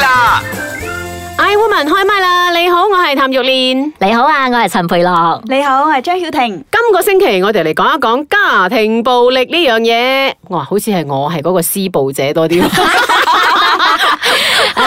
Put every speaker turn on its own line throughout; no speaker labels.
啦！
I Woman 開唛啦！你好，我係譚玉蓮。
你好啊，我係陳 培樂。
你好，我係張曉婷。
今個星期我哋嚟講一講家庭暴力呢樣嘢。哇，好似係我係嗰個施暴者多 啲。
誒，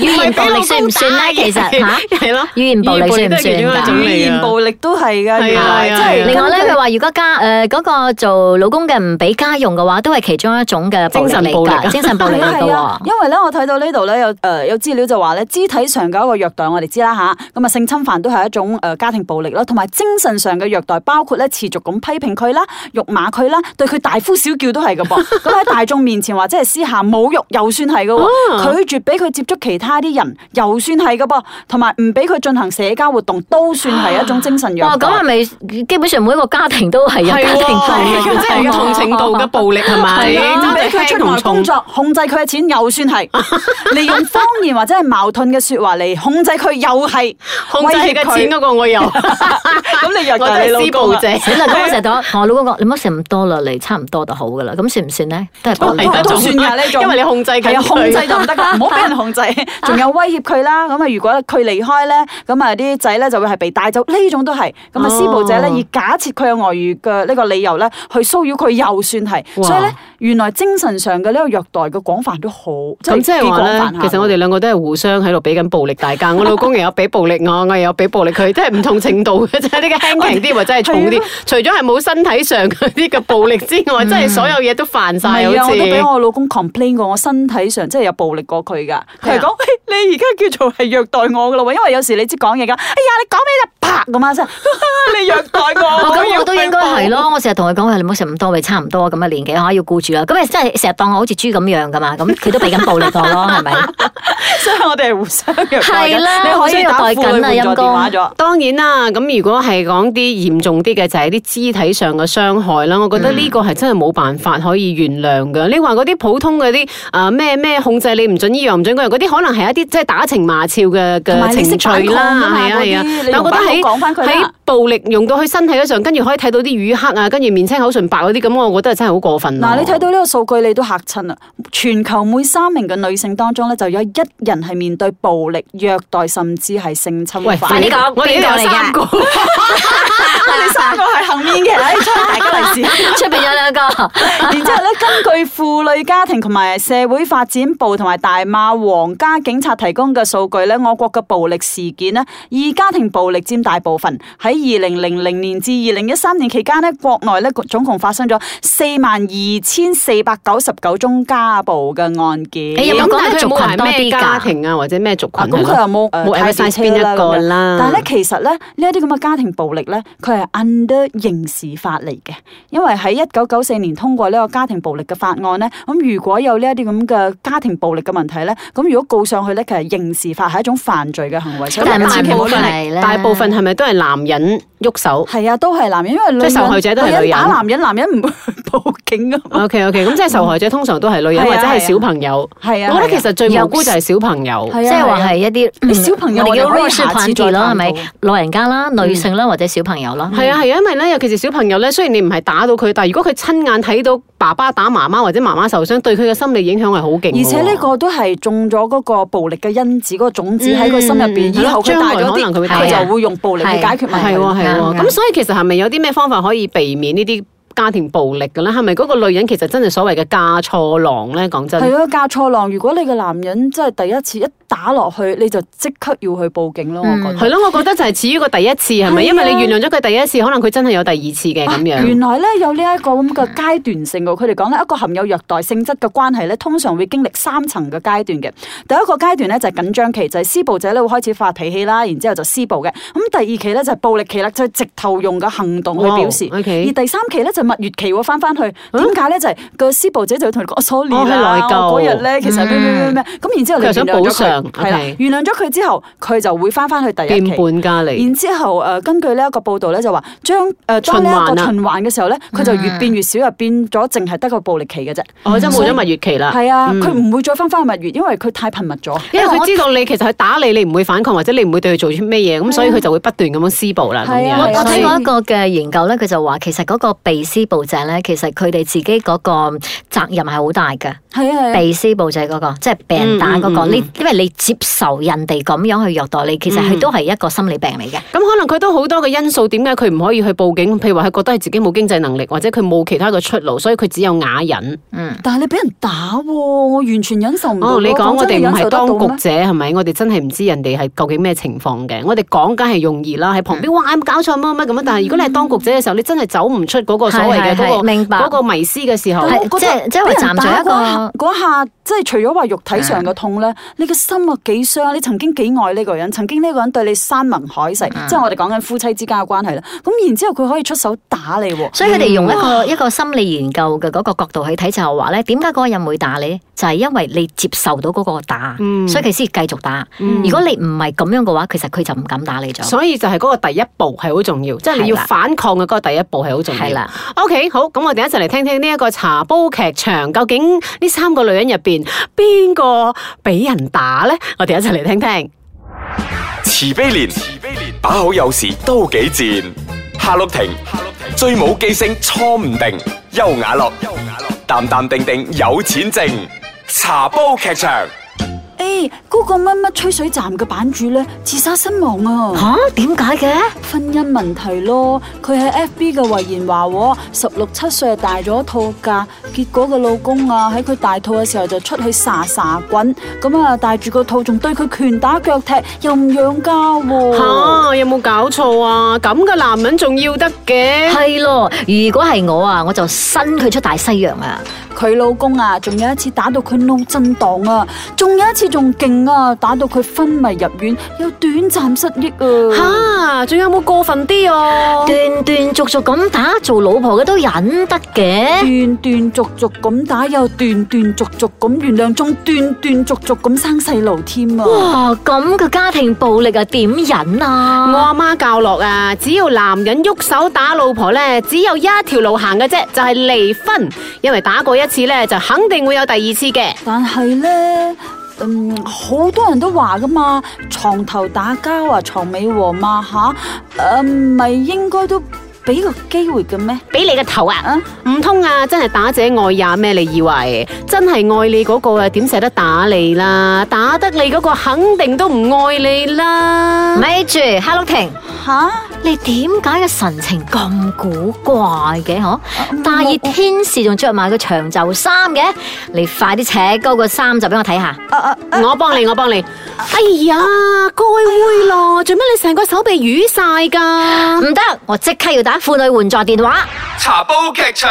語言暴力算唔算 咧？其
啊
實吓，
係咯，
語言暴力算唔算
種
㗎？
語言暴力都係噶，
係啊
原來
係啊係啊
另外咧，
根
佢話如果家誒嗰個做老公嘅唔俾家用嘅話，都係其中一種嘅暴力
精神暴
嚟
力啊
㗎，精神暴力 嚟㗎
係啊
喎，。
因為咧，我睇到呢度咧有誒有資料就話咧，肢體上嘅一個虐待我哋知啦吓，咁啊性侵犯都係一種誒家庭暴力啦，同埋精神上嘅虐待，包括咧持續咁批評佢啦、辱罵佢啦，對佢大呼小叫都係 噶噃。咁喺大眾面前或者係私下侮辱又算係噶
啊
喎，拒絕俾佢接觸其他啲人又算係噶噃，同埋唔俾佢進行社交活動都算係一種精神虐
哇，
待
咁。係咪基本上每一個家庭都係有家庭暴力？
即係同程度嘅暴力係
啊
咪？
唔俾佢出外工作，控制佢嘅錢又 算係，利用方言或者係矛盾嘅说話嚟控制佢又係
控制你嘅錢
威脅佢
嗰個我又，
咁你虐
我都
待你
係
老
施
公
暴
啊
者。
死啦！咁我成日 講，我老公講你唔好食咁多啦，你差唔多就好噶啦。咁算唔算咧？都係暴力
哦係啦
都算㗎呢種，
因為你控制緊
係啊，
佢
控制就唔得 㗎，唔好俾人控制，仲有威脅佢啦。咁啊，如果佢離開咧，咁啊啲仔咧就會係被帶走，呢種都係。咁啊，施暴者咧
哦
以假設佢有外遇嘅呢個理由咧，去騷擾佢又算係。
哇
所以咧，原來精神上嘅呢個虐待嘅廣泛都好，
咁即
係
係
幾
話
廣
咧
泛，下
其實我哋兩個都係互相喺度俾緊暴力大家。我 老公又有俾暴力我，我又有俾暴力佢，即係唔同程度嘅，即係呢個輕強啲或者係重
係
啲
啊。嗯
除咗係冇身體上嗰啲嘅暴力之外，真係所有嘢都犯
唔
晒，
係啊，
好
我
似
都俾我老公 complain 過，我身體上真係有暴力過佢
啊
噶。佢係講：嘿你而家叫做係虐待我噶啦喎，因為有時你知講嘢噶，哎呀你講咩就啪咁一 聲，你虐待
哦
我，
咁我都應該係
咯。
咯，我成日同佢講話，你唔好食咁多，咪差唔多咁啊嘅年紀嚇，要顧住啦。咁你真係成日當我好似豬咁樣噶嘛？咁佢都俾緊暴力我咯，係咪？
所以我哋係互相虐待
係
㗎
啦
你可以打
我
婦
已經虐待緊啦啊
女
陰
援助
公
電話咗。
當然啦，咁如果係講啲嚴重啲嘅，就係啲肢體上嘅傷害啦。我覺得呢個係真係冇辦法可以原諒嘅。你話嗰啲普通嗰啲啊咩咩控制你唔准依樣唔准嗰樣，嗰啲可能係一啲即係打情罵俏嘅
同
嘅
埋你識
情
反
趣
抗㗎
啦，
嘛
係啊係啊
嗰啲。你
但我覺得喺
用把口講返佢啦
喺暴力用到佢身體嗰上，跟住可以睇到啲乳黑啊，跟住面青口唇白嗰啲，咁我覺得真係好過分咯。
嗱，你睇到呢個數據，你都嚇親啦！全球每三名嘅女性當中咧，就有一人係面對暴力、虐待，甚至係性侵
喂，
犯。
快 啲啊講
我哋呢度
邊個嚟
有
㗎
三個。
我哋三個係後面嘅，出嚟大家利是。
出邊有兩個。
然之後咧，根據婦女家庭同埋社會發展部同埋大馬皇家警察提供嘅數據咧，我國嘅暴力事件呢，以家庭暴力佔大部分。喺二零零零年至二零一三年期間呢，國內咧總共發生咗四萬二千四百九十九宗家暴嘅案件。
哎有冇
咁
講
但係佢
族
冇
群
話
多啲
咩
㗎
家庭啊，或者咩族群
啊
啊？
咁佢又冇誒
冇
太
emphasize
車
邊一個
咁樣
啦
但係咧，其實咧呢一啲咁嘅家庭暴力咧，佢係 under 刑事法嚟嘅，因為喺一九九四年通過呢個家庭暴力嘅法案咧，咁如果有呢一啲咁嘅家庭暴力嘅問題咧，咁如果告上去咧，其實刑事法係一種犯罪嘅行為，所以
但係
大
唔
家
係
千祈唔好
冇
亂嚟
係啦
大部分係咪都係男人喐手
係啊，都係男人，因為女
即係
人
受害者都係女人
打男人，男人唔會去報警噶啊嘛。
？OK OK，咁即係受害者通常都係女人
哦嗯係啊
或者係小朋友。
係啊，
我覺得其實最無辜就係小朋友。
係 啊
即係話
係啊
係一啲嗯
啲小朋友
我哋
我哋可
嘅
以
r
下次再
a 咯，係咪
探討
老人家啦、女性啦或者小朋友啦？
係啊係啊，因為咧，尤其是小朋友咧，雖然你唔係打到佢，但係如果佢親眼睇到爸爸打媽媽或者媽媽受傷，對佢嘅心理影響係好勁㗎喎。
而且呢個都係種咗嗰個暴力嘅因子，嗰個種子喺個心入
嗯
邊，以後佢
將
大
來
咗
可能佢
啲，
會
係啊
佢就會用啊嗯暴力去解決問
係喎
題。
係喎，
啱
咁所以其實係咪有啲咩方法可以避免呢啲家庭暴力嘅咧？係咪嗰個女人其實真係所謂嘅嫁錯郎咧？講真，
係啊，嫁錯郎！如果你個男人真係第一次一打落去，你就即刻要去報警咯。我覺得。
係咯，我覺得就係始於個第一次係咪？
嗯係啊
因為你原諒咗佢第一次，可能佢真係有第二次嘅咁
啊
樣。
原來咧有呢一個咁嘅階段性喎，佢哋講咧一個含有虐待性質嘅關係咧，通常會經歷三層嘅階段嘅。第一個階段咧就係緊張期，就係、施暴者咧會開始發脾氣啦，然之後就施暴嘅。咁第二期咧就係、暴力期啦，就係、直頭用嘅行動去表示。
哇哦 OK
而第三期咧就蜜月期喎，翻翻去點解咧就係、個施暴者就會同你講我 sorry
哦佢內
啦，
疚
我嗰日咧其實咩咩咩咩咁，然之後你
佢又想
原諒咗
補償
佢，係啦
OK，
原諒咗佢之後，佢就會翻翻去第一
變
期。
本加厲，
然之後誒、呃根據呢一個報道咧，就話將誒當呢一個循環嘅時候咧，佢就越變越少，又變咗淨係得個暴力期嘅啫。
我哦真係冇咗蜜月期啦。
係啊，
嗯
佢唔會再翻返去蜜月，因為佢太頻密咗。
因為佢知道你其實佢打你，你唔會反抗，或者你唔會對佢做出咩嘢，咁所以佢就會不斷咁樣施暴啦。咁
嗯係啊
嗯我
樣
係啊
我
所以
睇過一個嘅研究咧，佢就話其實嗰個被施施暴者咧，其實佢哋自己嗰個責任係好大嘅。
係啊，係啊
被施暴者嗰、個，即係被人打嗰、個，
嗯嗯嗯
你因為你接受人哋咁樣去虐待你，其實佢都係一個心理病嚟嘅。
咁可能佢都好多嘅因素，點解佢唔可以去報警？譬如話佢覺得係自己冇經濟能力，或者佢冇其他嘅出路，所以佢只有啞忍。
嗯，
但係你俾人打喎，我完全忍受唔到喎。
哦，你講我哋
真係
唔
忍受
係
得到
當
咩
局者係咪？我哋真係唔知人哋係究竟咩情況嘅。我哋講梗係容易啦，喺旁
嗯
邊哇有冇搞錯乜乜咁樣。但係如果你係當局者嘅時候，你真係走唔出嗰個所謂
係
嘅
係係
嗰個
明白
嗰個迷思嘅時候
係。
啊但我覺得
即係即係我
俾人
站在
打
一個
嗰下嗰下，即係除咗話肉體上嘅痛咧，你嘅心啊幾傷。你曾經幾愛呢個人，曾經呢個人對你山盟海誓，即係我哋講緊夫妻之間嘅關係啦。咁然之後佢可以出手打你喎。
所以佢哋用一個一個心理研究嘅嗰個角度去睇，就係話咧，點解嗰個人會打你？就係、因為你接受到嗰個打，
嗯
所以佢先繼續打。
嗯
如果你唔係咁樣嘅話，其實佢就唔敢打你咗。
所以就係嗰個第一步係好重要，即係你要
係啦
反抗嘅嗰個第一步係好重要。
係啦，
OK，好，咁我哋一齊嚟聽聽呢一個茶煲劇場，究竟呢三個女人入邊邊個俾人打呢？我哋一齊嚟聽聽。
慈悲蓮，慈悲蓮，把口有時都幾賤。夏綠庭，夏綠庭，最冇記性錯唔定。優雅樂，優雅樂，淡淡定定有錢剩。茶煲劇場，
誒，嗰個乜乜吹水站嘅版主咧自殺身亡啊！
吓點解嘅？
婚姻問題咯，佢喺 FB 嘅遺言話喎，十六七歲就大咗肚㗎，結果個老公啊喺佢大肚嘅時候就出去撒撒滾，咁啊帶住個肚仲對佢拳打腳踢，又唔養家喎、
吓、有冇搞錯啊？咁嘅男人仲要得嘅？
係咯，如果係我啊，我就伸佢出大西洋啊！
佢老公啊，仲有一次打到佢腦震盪啊，仲有一次仲勁啊，打到佢昏迷入院，有短暫失憶
吓、
啊。
仲有冇過分啲啊？
斷斷續續咁打，做老婆嘅都忍得嘅。
斷斷續續咁打，又斷斷續續咁原諒，仲斷斷續續咁生細路添啊！
哇，咁嘅家庭暴力啊，點忍
我
啊？
阿媽教落啊，只要男人喐手打老婆呢，只有一條路行嘅啫，就係、離婚。因為打過一次呢，就肯定會有第二次嘅。
但係咧，嗯，好多人都話噶嘛，床頭打交啊，床尾和嘛吓，誒唔係應該都俾個機會嘅咩？
俾你個頭啊！
啊，
唔通啊，真係打者愛也咩？你以為真係愛你嗰個啊，點捨得打你啦？打得你嗰個肯定都唔愛你啦。
咪住，Hello 婷，
吓，
你點解嘅神情咁古怪嘅？
啊
嗬，大熱天時仲着埋個長袖衫嘅，你快啲扯高個衫袖俾我睇下。
啊
我幫你，我幫你。哎呀，該會咯，做咩你成個手臂瘀晒㗎？
唔得，我即刻要打婦女援助電話。
茶煲劇場。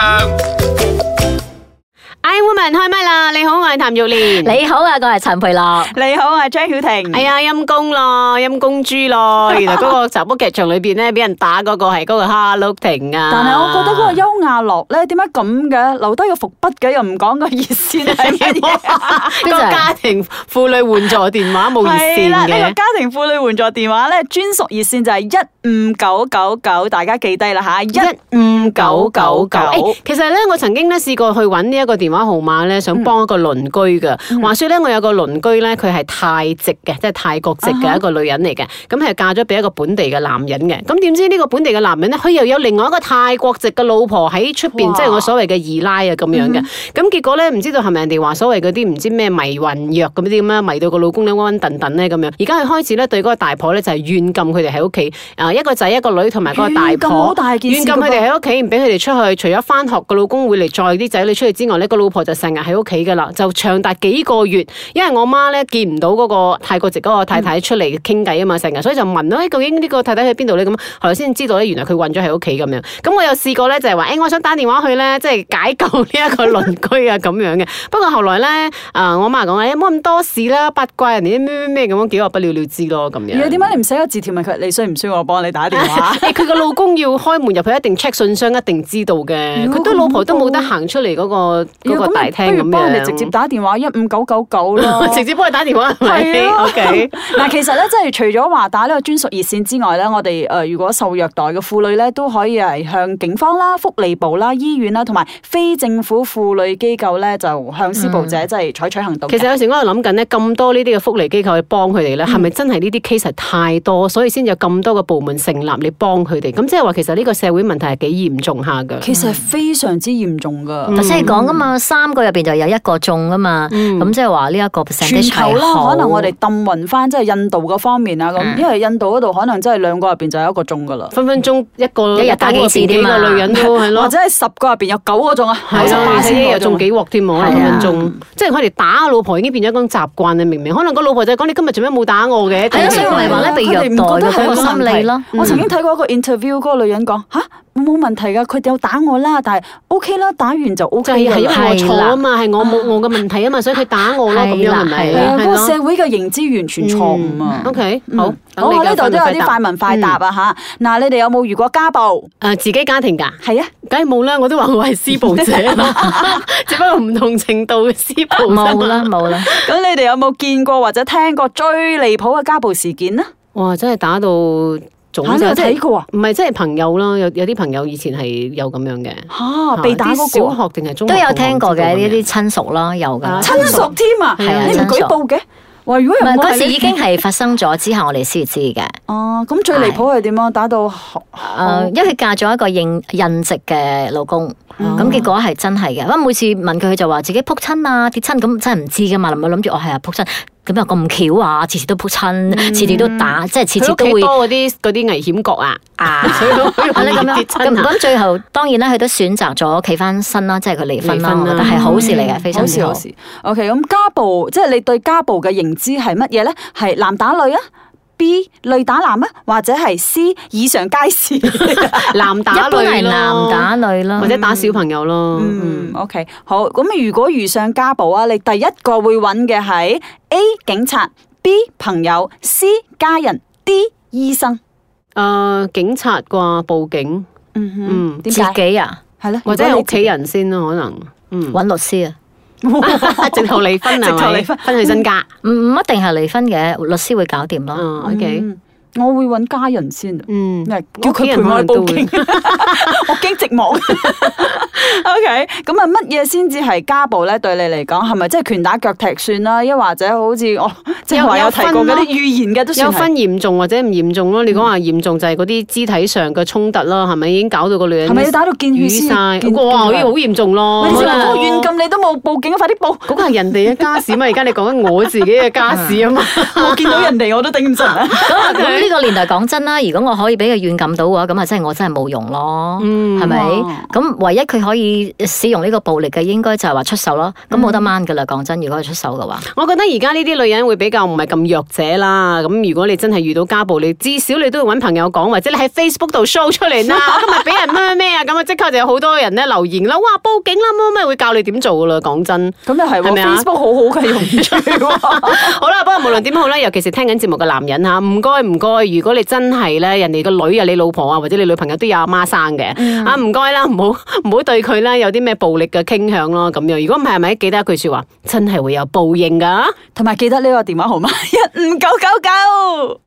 I woman 開唛啦！你好，我係譚玉
嗯
蓮。
你好啊，我係陳培樂。
你好啊，張曉婷
哎呀，陰公咯，陰公豬 咯！原來嗰個集煲劇場裏邊咧，俾人打嗰個係嗰個哈魯廷啊！
但係我覺得嗰個優雅樂咧，點解咁嘅？留低個伏筆嘅，又唔講個熱線係乜嘢？
個家庭婦女援助電話冇熱
係
線
啦，呢、個
嘅。
家庭婦女援助電話咧，專屬熱線就係一五九九九，大家記低啦吓，一五九九
誒
九。
其實咧，我曾經咧試過去揾呢一個電話號碼咧，
嗯
想幫一個鄰居嘅。話說咧，我有個鄰居咧，佢係泰籍嘅，即係泰國籍
啊
嘅一個女人嚟嘅。咁係嫁咗俾一個本地嘅男人嘅。咁點知呢個本地嘅男人咧，佢又有另外一個泰國籍嘅老婆喺出邊，
哇嗯
即係我所謂嘅二奶啊咁樣嘅。咁結果咧，唔知道係咪人哋話所謂嗰啲唔知咩迷魂藥咁啲咁樣，迷到個老公咧昏昏頓頓咧咁樣。而家佢開始咧對嗰個大婆咧就係軟禁佢哋喺屋企，啊一個仔一個女同埋嗰個大
軟禁好
婆，
大件事
軟禁佢
㗎噃
哋喺屋企唔俾佢哋出去，除咗翻學個老公會嚟載啲仔女出去之外咧，個老婆就成日喺屋企噶啦，就長達幾個月。因為我媽咧見唔到嗰個泰國籍嗰個太太出嚟傾偈啊嘛，成日所以就問啦，哎究竟呢個太太喺邊度咧？咁後來先知道咧，原來佢暈咗喺屋企咁樣。咁我有試過咧，就係話，哎誒，我想打電話去咧，即係解救呢一個鄰居啊咁樣嘅。不過後來咧，啊，我媽講話，誒，冇咁多事啦，八卦人哋啲咩咩咩咁樣，幾話不了了之咯咁樣。
如果點解你唔寫個字條問佢？你需唔需要我幫 你打電 話？
誒佢個老公要開門入去，一定 check 信箱，一定知道嘅。
妖
佢都老婆都冇得行出嚟嗰個嗰個大廳
不
咁
如幫你
樣。
直接打電話一五九九九啦
我。 直接幫佢打電話係咪
係啊
？OK，
嗱，其實咧，即係除咗話打呢個專屬熱線之外咧，我哋誒、呃如果受虐待嘅婦女咧，都可以係向警方啦、福利部啦、醫院啦，同埋非政府婦女機構咧，就向施暴者即係採取行動嘅。
其實有時我喺度諗緊咧，咁多呢啲嘅福利機構去幫佢哋
嗯
咧，係咪真係呢啲 case 係太多，所以先有咁多嘅部門成立你幫佢哋？咁即係話其實呢個社會問題係幾嚴重下㗎。
其實係非常之嚴重噶。
頭先你講噶嘛，三個入邊就有一個中噶嘛，咁即係話呢一個 percent
嗯全球啦，可能我哋
係
揼暈翻，即係印度嗰方面啊，
嗯
咁因為印度嗰度可能真係兩個入邊就有一個中噶啦，
分分鐘一個
一日打幾次
啲
添啊
個女人都係咯
或。者係十個入邊有九個中啊，
係
九十
咯，
八
你
先
睇一日
嗰個
中
中
幾鑊添喎，可能
係
分
啊
分鐘，即係佢哋打老婆已經變咗一種習慣啦。明明可能個老婆就係講你今日做咩冇打我嘅，
係啊，所以我咪話咧，被虐待嘅嗰個心理咯。嗯
我曾經睇過一個 interview，嗰個女人講吓冇問題㗎，佢哋有打我啦，但係 OK 啦，打完就 OK
就係係因為
㗎啦。
我錯啊嘛，係我冇我嘅問題啊嘛，所以佢打我咯咁
係
樣
啦
係咪？
係
係
啦
啊
係
嗰個
咯
社會嘅認知完全錯誤啊。
O K，
嗯
好，
好，我呢度都有啲快
問
問快答啊吓，嗱，你哋有冇遇過家暴？
誒嗯自己家庭㗎，
係啊，
梗係冇啦，我都話我係施 暴者啦，只不過唔同程度嘅施暴啫嘛
冇 啦。冇啦，
咁你哋有冇見過或者聽過最離譜嘅家暴事件呢？
哇！真係打到腫
嚇你有
曬，即係
睇過啊？
唔係，即係朋友啦，有有啲朋友以前係有咁樣嘅，
啊
吓，
嚇
被打
啲
嗰個
小學定係中學
都有
同學
聽過嘅
知道
呢
咁樣
啲親屬啦，有噶。
啊
唔
親屬添啊，
係啊
你唔
親屬
舉報嘅？喂，如果有
係
冇
嗰時已經係發生咗之後，我哋先知嘅。
哦，咁最離譜係點啊？打到學
哦
誒，呃因為佢嫁咗一個印印籍嘅老公，
哦
咁結果係真係嘅。咁每次問佢，佢就話自己撲親啊、跌親，咁真係唔知噶嘛。咪諗住我係啊撲親，咁又咁巧啊，次次都撲親，次次都打，即係次次
嗯佢
都
屋企
會
多嗰啲嗰啲危險角啊，
啊。
所以好
係啦，
容
咁
易跌
樣
親
咁
啊。
咁最後當然啦，佢都選擇咗企翻身啦，即係佢離婚
離
啦，
婚
我
啦嗯
覺得係好事嚟嘅，非常
好
之
事
好
好。事。OK，咁家暴即係你對家暴嘅認知係乜嘢咧？係男打女啊？B 女打男啊，或者係 C 以上皆是。
男打
一般
女
係
咯
男打女啦
或，者打小朋友咯。
嗯，OK，好。咁如果遇上家暴啊，你第一個會揾嘅係 A 警察、B 朋友、C 家人、D 醫生。
誒，警察啩，報警，
嗯哼，
嗯，
點
自
解？
己啊，
係咧，
或者
如
係
果
屋
你自
企人先咯，可能，嗯，
揾律師啊，
直頭離婚
直頭
係咪
離婚
分去身家。
唔唔一定係離婚嘅，律師會搞掂咯。
嗯，OK，
嗯我會揾家人先啊。
嗯，
咩叫佢
屋企人
陪我
可
去
能都
報
會
警， 我驚寂寞。OK，咁啊，乜嘢先至係家暴咧？對你嚟講，係咪即係拳打腳踢算啦？抑或者好似我即係話有提過嗰啲語言嘅都算
有
係
分。嚴重或者唔嚴重咯。你講話嚴重就係嗰啲肢體上嘅衝突啦，係咪已經搞到個女人
係咪要打到見血
瘀
先？啊
晒？
見
哇，
見
呢個好嚴重咯。
喂你成
可
日
能
講軟禁你都冇報警，快啲 報！
嗰個係人哋嘅家事嘛，而家你講緊我自己嘅家事啊嘛。
我見到人哋我都頂唔 順啦。
咁啊咁呢個年代講真啦，如果我可以俾佢軟禁到嘅話，咁啊真係我真係冇用咯，係咪
哇？
咁唯一佢可以使用呢個暴力嘅，應該就係話出手咯。咁冇得掹噶啦，講真，如果佢出手嘅話，
我覺得而家呢啲女人會比較唔係咁弱者啦。咁如果你真係遇到家暴，你至少你都會揾朋友講，或者你喺 Facebook 度 show 出嚟啦。我今日俾人咩咩咩啊，咁啊即刻就有好多人咧留言啦，哇報警啦，乜乜乜會教你點做噶啦。講真。
咁又係
係咪
喎
啊
，Facebook 好好嘅用處喎。
好啦，不過無論點好啦，尤其是聽緊節目嘅男人吓，啊唔該唔該，如果你真係咧，人哋個女啊，你老婆啊，或者你女朋友都有阿媽生嘅，啊唔該啦，唔好 唔好對佢啦，有啲咩暴力嘅傾向咯，咁樣。如果唔係，係咪記得一句说話，真係會有報應噶。
同埋記得呢個電話號碼一五九九九。